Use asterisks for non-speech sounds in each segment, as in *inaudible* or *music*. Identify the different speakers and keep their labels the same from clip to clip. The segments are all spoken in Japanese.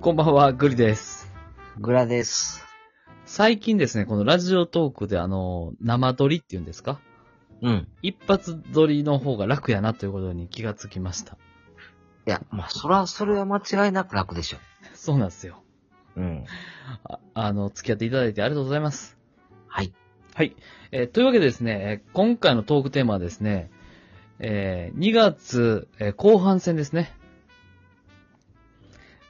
Speaker 1: こんばんは、グリです。
Speaker 2: グラです。
Speaker 1: 最近ですね、このラジオトークであの、生撮りっていうんですか
Speaker 2: うん。
Speaker 1: 一発撮りの方が楽やなということに気がつきました。
Speaker 2: いや、まあ、そら、それは間違いなく楽でしょ。
Speaker 1: そうなんですよ。
Speaker 2: うん。
Speaker 1: ああの、付き合っていただいてありがとうございます。
Speaker 2: はい。
Speaker 1: はい。えーというわけでですね、えー今回のトークテーマはですね、えー2月、えー後半戦ですね。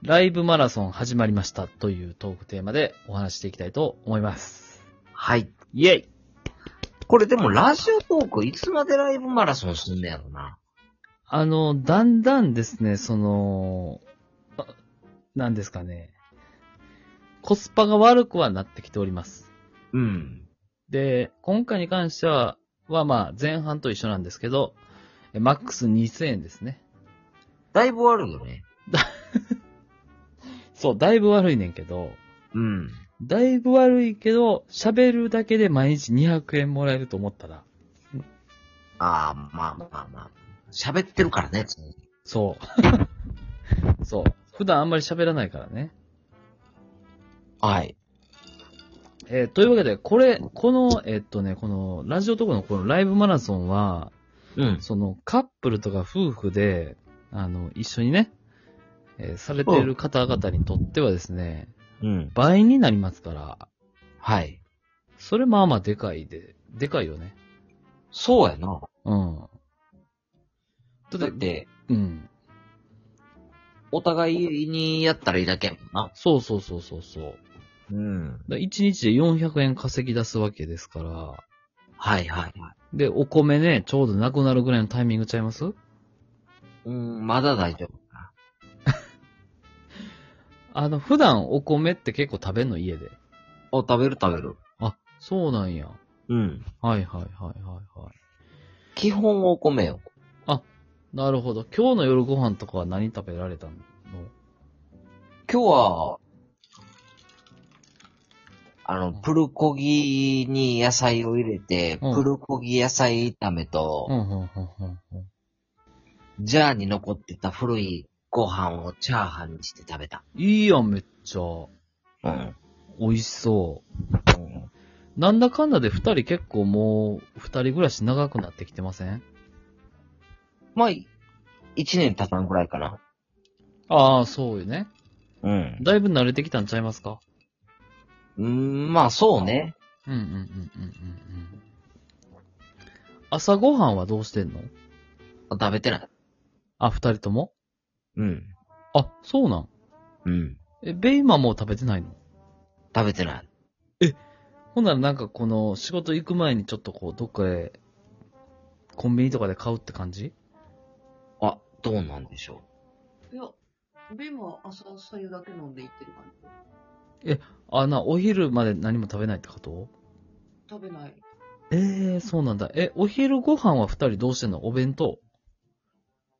Speaker 1: ライブマラソン始まりましたというトークテーマでお話ししていきたいと思います。
Speaker 2: はい。
Speaker 1: イェイ
Speaker 2: これでも、ラジオトーク、いつまでライブマラソンすんねやろな。
Speaker 1: あの、だんだんですね、その、あなんですかね、コスパが悪くはなってきております。
Speaker 2: うん。
Speaker 1: で、今回に関しては、はまあ前半と一緒なんですけど、えマックス2000円ですね。
Speaker 2: だいぶ悪いよね。
Speaker 1: そう、だいぶ悪いねんけど、
Speaker 2: うん。
Speaker 1: だいぶ悪いけど、喋るだけで毎日200円もらえると思ったら、
Speaker 2: ああ、まあまあまあ。喋ってるからね、常に
Speaker 1: そう。 *laughs* そう。普段あんまり喋らないからね。
Speaker 2: はい。
Speaker 1: えーというわけで、これ、この、えっとね、この、ラジオとこのこのライブマラソンは、
Speaker 2: うん。
Speaker 1: その、カップルとか夫婦で、あの、一緒にね、えーされている方々にとってはですね、
Speaker 2: うん。
Speaker 1: 倍になりますから、
Speaker 2: はい。
Speaker 1: それまあまあでかいで、でかいよね。
Speaker 2: そうやな。
Speaker 1: うん。だ
Speaker 2: だ
Speaker 1: っ、
Speaker 2: ってて、
Speaker 1: うん。
Speaker 2: お互いにやったらいいだけやもんな。
Speaker 1: そうそうそうそうそう。
Speaker 2: うん。
Speaker 1: だ1日で400円稼ぎ出すわけですから、
Speaker 2: はいはいはい。
Speaker 1: で、お米ね、ちょうどなくなるぐらいのタイミングちゃいます
Speaker 2: うん、まだ大丈夫。
Speaker 1: あの、普段お米って結構食べんの家で。
Speaker 2: お、食べる食べる。
Speaker 1: あ、そうなんや。
Speaker 2: うん。
Speaker 1: はいはいはいはいはい。
Speaker 2: 基本お米よ。
Speaker 1: なるほど。今日の夜ご飯とかは何食べられたの
Speaker 2: 今日は、あの、プルコギに野菜を入れて、
Speaker 1: うん
Speaker 2: プルコギ野菜炒めと、
Speaker 1: うんうんうんうんうん。
Speaker 2: ジャーに残ってた古いご飯をチャーハンにして食べた。
Speaker 1: いいやん、めっちゃ。
Speaker 2: うん。
Speaker 1: 美味しそう。なんだかんだで二人結構もう、二人暮らし長くなってきてません
Speaker 2: まあ、い一年経たんぐらいかな。
Speaker 1: ああ、そうよね。
Speaker 2: うん。
Speaker 1: だいぶ慣れてきたんちゃいますか
Speaker 2: うん、まあそうね。
Speaker 1: うんうんうんうんうんうん。朝ごはんはどうしてんの
Speaker 2: 食べてない。
Speaker 1: あ、二人とも
Speaker 2: うん。
Speaker 1: あ、そうなん。
Speaker 2: うん。
Speaker 1: え、ベイマもう食べてないの
Speaker 2: 食べてない。
Speaker 1: ほんならなんかこの仕事行く前にちょっとこうどっかへコンビニとかで買うって感じ
Speaker 2: あ、どうなんでしょ
Speaker 3: いや、ベンは朝左右だけ飲んでいってる感じ。
Speaker 1: あ、な、お昼まで何も食べないってこと
Speaker 3: 食べない。
Speaker 1: ええー、そうなんだ。え、お昼ご飯は二人どうしてんのお弁当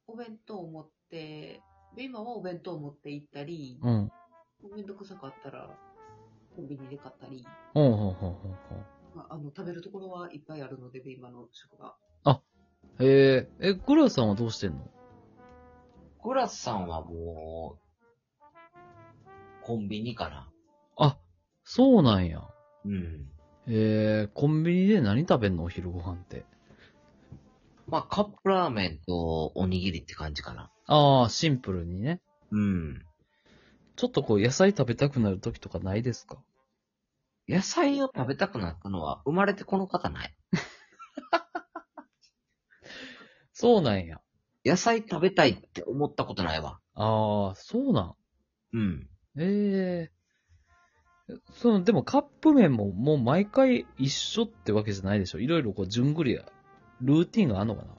Speaker 3: お弁当を持って、ベンはお弁当を持って行ったり、
Speaker 1: うん。
Speaker 3: めんどくさかったら、コンビニで買ったり、
Speaker 1: ほうほうほうほうほう。
Speaker 3: まあ、あの、食べるところはいっぱいあるので、ベンマの食が。
Speaker 1: えー、え、グラさんはどうしてんの
Speaker 2: う。グラスさんはもう、コンビニかな。
Speaker 1: あ、そうなんや。
Speaker 2: うん。
Speaker 1: えー、コンビニで何食べんのお昼ご飯って。
Speaker 2: まあ、カップラーメンとおにぎりって感じかな。
Speaker 1: ああ、シンプルにね。
Speaker 2: うん。
Speaker 1: ちょっとこう野菜食べたくなる時とかないですか
Speaker 2: 野菜を食べたくなったのは生まれてこの方ない。
Speaker 1: そうなんや。
Speaker 2: 野菜食べたいって思ったことないわ。
Speaker 1: ああ、そうなん。
Speaker 2: うん。
Speaker 1: ええその、でもカップ麺ももう毎回一緒ってわけじゃないでしょいろいろこう、順繰りや、ルーティンがあるのかな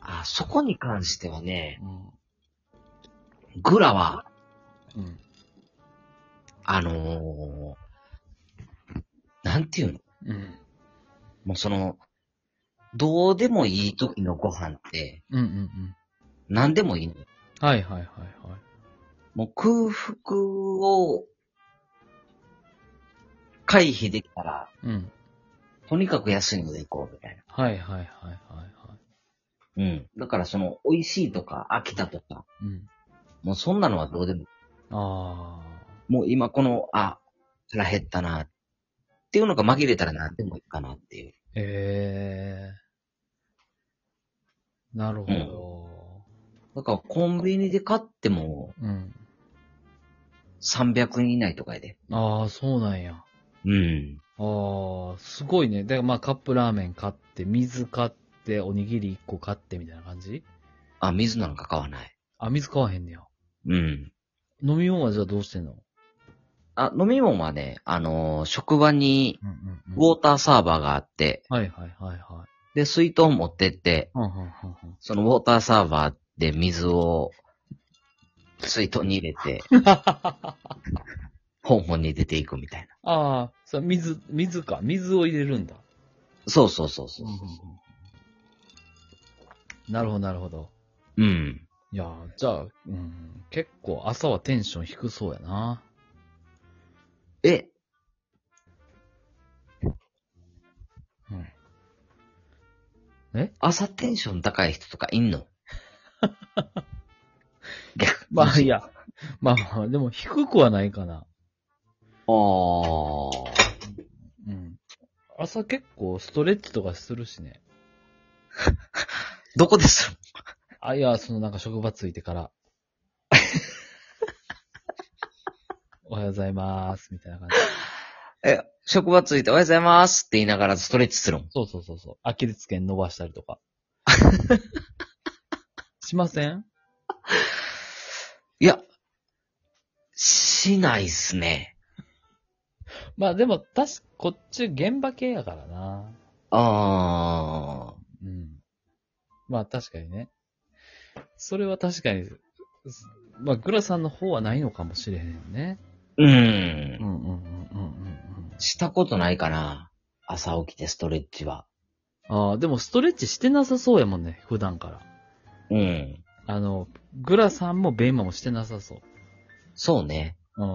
Speaker 2: あ、そこに関してはね、
Speaker 1: う
Speaker 2: グラは、
Speaker 1: ん。うん。
Speaker 2: あのー、なんていうの
Speaker 1: うん。
Speaker 2: もうその、どうでもいい時のご飯って、
Speaker 1: うんうんうん。
Speaker 2: 何でもいいのよ
Speaker 1: はいはいはいはい。
Speaker 2: もう空腹を、回避できたら、
Speaker 1: うん。
Speaker 2: とにかく安いので行こう、みたいな。
Speaker 1: はいはいはいはいは
Speaker 2: うん。だからその、美味しいとか、飽きたとか、
Speaker 1: い。うん。
Speaker 2: もうそんなのはどうでもいい。
Speaker 1: あ
Speaker 2: もう今この、あ、腹減ったな、っていうのが紛れたら何でもいいかなっていう。
Speaker 1: ー。ええー。なるほど。
Speaker 2: だからコンビニで買っても
Speaker 1: うん。
Speaker 2: 300円以内とかやで。
Speaker 1: ああ、そうなんや。
Speaker 2: うん。
Speaker 1: ああ、すごいね。だからまあカップラーメン買って、水買って、おにぎり1個買ってみたいな感じ
Speaker 2: あ、水なんか買わない。
Speaker 1: あ、水買わへんねや。
Speaker 2: うん。
Speaker 1: 飲み物はじゃあどうしてんの
Speaker 2: あ、飲み物はね、あのー職場に
Speaker 1: うんうんうん。
Speaker 2: ウォーターサーバーがあって、
Speaker 1: はいはいはいはい。
Speaker 2: で、水筒持ってって、
Speaker 1: はんはんはんはん。
Speaker 2: そのウォーターサーバーで水を水筒に入れ *laughs* て、本本に出ていくみたいな。
Speaker 1: ああ、そう、水、水か。水を入れるんだ。
Speaker 2: そうそうそうそう。
Speaker 1: なるほど、なるほど。
Speaker 2: うん。
Speaker 1: いやー、じゃあ、うん、結構朝はテンション低そうやな。
Speaker 2: え、
Speaker 1: うん。
Speaker 2: 朝テンション高い人とかいんの逆
Speaker 1: まあ、い。や。まあまあ、でも低くはないかな。
Speaker 2: あー
Speaker 1: うん。朝結構ストレッチとかするしね。
Speaker 2: どこです
Speaker 1: あ、いや、そのなんか職場ついてから。おはようございます、みたいな感じ。
Speaker 2: え、職場ついておはようございますって言いながらストレッチするん。
Speaker 1: そうそうそうそう。アキレス腱伸ばしたりとか。しません
Speaker 2: いや、しないっすね。
Speaker 1: まあでも、確か、こっち現場系やからな。
Speaker 2: あー
Speaker 1: うん。まあ確かにね。それは確かに、すまあグラさんの方はないのかもしれへんね。
Speaker 2: うん。
Speaker 1: んうんうんうんうん。
Speaker 2: したことないかな。朝起きてストレッチは。
Speaker 1: ああ、でもストレッチしてなさそうやもんね、普段から。
Speaker 2: うん。
Speaker 1: あの、グラさんもベイマもしてなさそう。
Speaker 2: そうね。
Speaker 1: うん。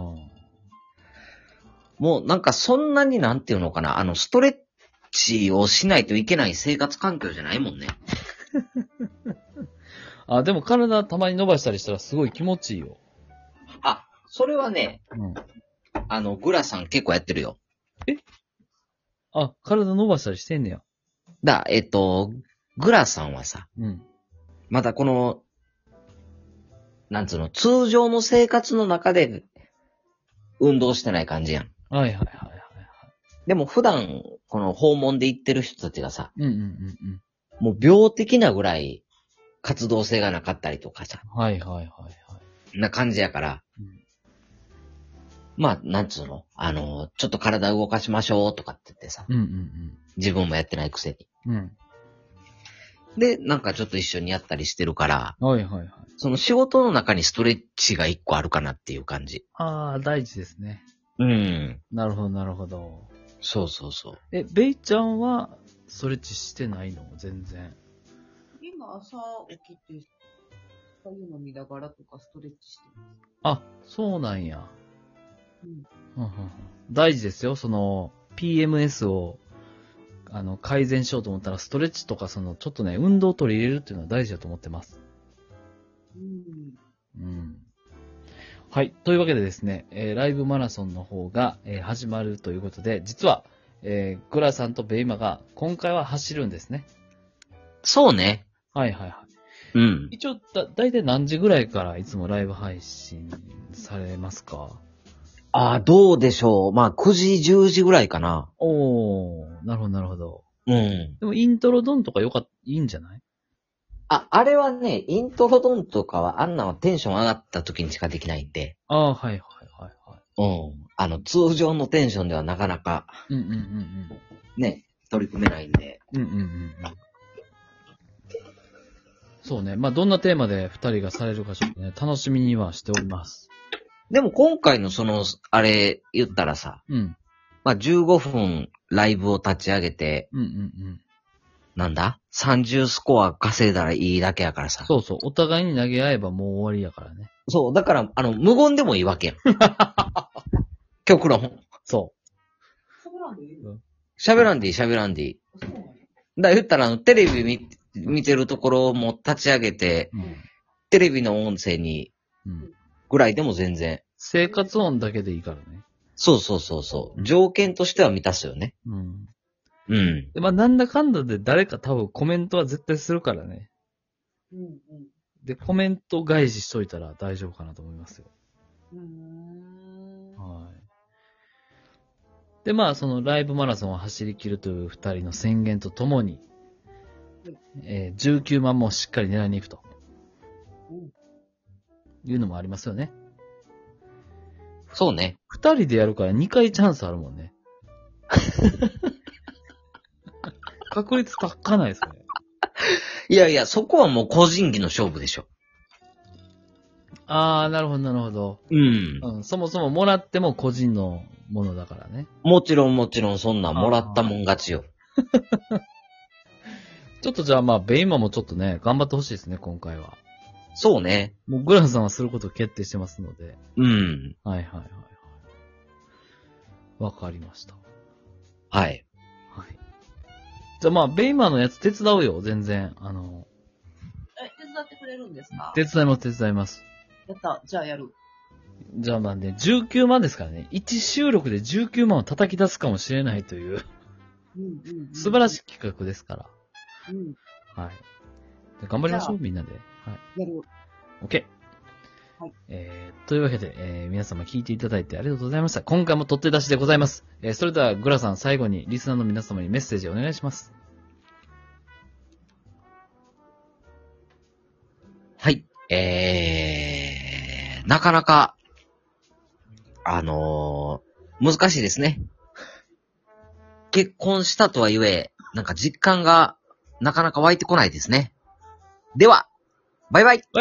Speaker 2: もうなんかそんなになんていうのかな、あの、ストレッチをしないといけない生活環境じゃないもんね。
Speaker 1: あ、でも体たまに伸ばしたりしたらすごい気持ちいいよ。
Speaker 2: あ、それはね、
Speaker 1: うん。
Speaker 2: あの、グラさん結構やってるよ。
Speaker 1: あ、体伸ばしたりしてんねや。
Speaker 2: だ、えっと、グラさんはさ、
Speaker 1: うん。
Speaker 2: またこの、なんつうの、通常の生活の中で、運動してない感じやん。
Speaker 1: はいはいはいはい。は
Speaker 2: でも普段、この訪問で行ってる人たちがさ、
Speaker 1: い。うんうんうんうん。
Speaker 2: もう病的なぐらい、活動性がなかったりとかさ、
Speaker 1: はいはいはいはい。
Speaker 2: な感じやから、
Speaker 1: うん
Speaker 2: まあ、なんつうのあの、ちょっと体動かしましょうとかって言ってさ、
Speaker 1: うん
Speaker 2: 自分もやってないくせに。
Speaker 1: うんうん。
Speaker 2: で、なんかちょっと一緒にやったりしてるから、
Speaker 1: うん。はいはいはい。
Speaker 2: その仕事の中にストレッチが一個あるかなっていう感じ。
Speaker 1: ああ、大事ですね。
Speaker 2: うん。
Speaker 1: なるほどなるほど。
Speaker 2: そうそうそう。
Speaker 1: え、ベイちゃんは、ストレッチしてないの全然。
Speaker 3: 今朝起きて、お湯飲みながらとかストレッチしてます。
Speaker 1: あ、そうなんや。
Speaker 3: うん。
Speaker 1: うんうんうん大事ですよ。その、PMS を、あの、改善しようと思ったら、ストレッチとか、その、ちょっとね、運動を取り入れるっていうのは大事だと思ってます。
Speaker 3: うん。
Speaker 1: うんはい。というわけでですね、えーライブマラソンの方が、えー始まるということで、実は、えーグラさんとベイマが今回は走るんですね。
Speaker 2: そうね。
Speaker 1: はいはいは
Speaker 2: うん。
Speaker 1: い。一応だ、だいたい何時ぐらいからいつもライブ配信されますか
Speaker 2: ああ、どうでしょう。まあ、9時、10時ぐらいかな。
Speaker 1: おー、なるほどなるほど。
Speaker 2: うん。
Speaker 1: でもイントロドンとかよかっいいんじゃない
Speaker 2: あ、あれはね、イントロドンとかは、あんなはテンション上がった時にしかできないんで、
Speaker 1: ああー、はいはいはいは
Speaker 2: うん。あの、通常のテンションではなかなか、
Speaker 1: い。うんうん
Speaker 2: ね、取り組めないんで。
Speaker 1: うんうん。うんうんうんうん。そうね。まあ、どんなテーマで二人がされるかちょっとね、楽しみにはしております。
Speaker 2: でも今回のその、あれ、言ったらさ、
Speaker 1: うん。
Speaker 2: まあ、15分ライブを立ち上げて、
Speaker 1: うんうんうん。
Speaker 2: なんだ ?30 スコア稼いだらいいだけやからさ。
Speaker 1: そうそう。お互いに投げ合えばもう終わりやからね。
Speaker 2: そう、だから、あの、無言でもいい
Speaker 1: *laughs*
Speaker 2: わけやん。極論。
Speaker 1: そ
Speaker 3: そうなんでいいの
Speaker 2: 喋らんでいい、喋らんでいい。
Speaker 3: そうなんや
Speaker 2: だから言ったら、あの、テレビ見、見てるところも立ち上げて、
Speaker 1: う。
Speaker 3: うん
Speaker 2: テレビの音声に、
Speaker 1: うん。
Speaker 2: こぐらいでも全然。
Speaker 1: 生活音だけでいいからね。
Speaker 2: そうそうそうそう。条件としては満たすよね。
Speaker 1: うん。
Speaker 2: うん。
Speaker 1: でまあ、なんだかんだで誰か多分コメントは絶対するからね。
Speaker 3: うん
Speaker 1: で、コメント返ししといたら大丈夫かなと思いますよ。
Speaker 3: うん。うーん。
Speaker 1: はい。で、まあ、そのライブマラソンを走り切るという二人の宣言とともに、えー19万もしっかり狙いに行くと
Speaker 3: うん
Speaker 1: いうのもありますよね。
Speaker 2: そうね。
Speaker 1: 二人でやるから二回チャンスあるもん *laughs* ね。確率高ないですね。
Speaker 2: いやいや、そこはもう個人技の勝負でしょ。
Speaker 1: あー、なるほど、なるほど。
Speaker 2: うん。
Speaker 1: うん、そもそももらっても個人のものだからね。
Speaker 2: もちろんもちろんそんなんもらったもん勝ちよ。
Speaker 1: ちょっとじゃあまあ、ベイマもちょっとね、頑張ってほしいですね、今回は。
Speaker 2: そうね。
Speaker 1: もうグランさんはすることを決定してますので。
Speaker 2: うん。
Speaker 1: はいはいはいはい。わかりました。
Speaker 2: はい。
Speaker 1: はい。じゃあまあ、ベイマーのやつ手伝うよ、全然。あの、
Speaker 3: え、手伝ってくれるんですか
Speaker 1: 手伝います、手伝います。
Speaker 3: やった。じゃあやる。
Speaker 1: じゃあまあね、19万ですからね、1収録で19万を叩き出すかもしれないという、
Speaker 3: うんうん、うん。
Speaker 1: 素晴らし
Speaker 3: い。
Speaker 1: い企画ですか
Speaker 3: うん。
Speaker 1: ら。はい。で頑張りましょ
Speaker 3: じゃ
Speaker 1: う、みんなで。はい。
Speaker 3: やる。
Speaker 1: OK。
Speaker 3: はい
Speaker 1: えー、というわけで、えー皆様聞いていただいてありがとうございました。今回も取って出しでございます。えーそれでは、グラさん、最後にリスナーの皆様にメッセージをお願いします。
Speaker 2: はい。えー、なかなか、あのー、難しいですね。結婚したとはいえ、なんか実感がなかなか湧いてこないですね。では、バイバイ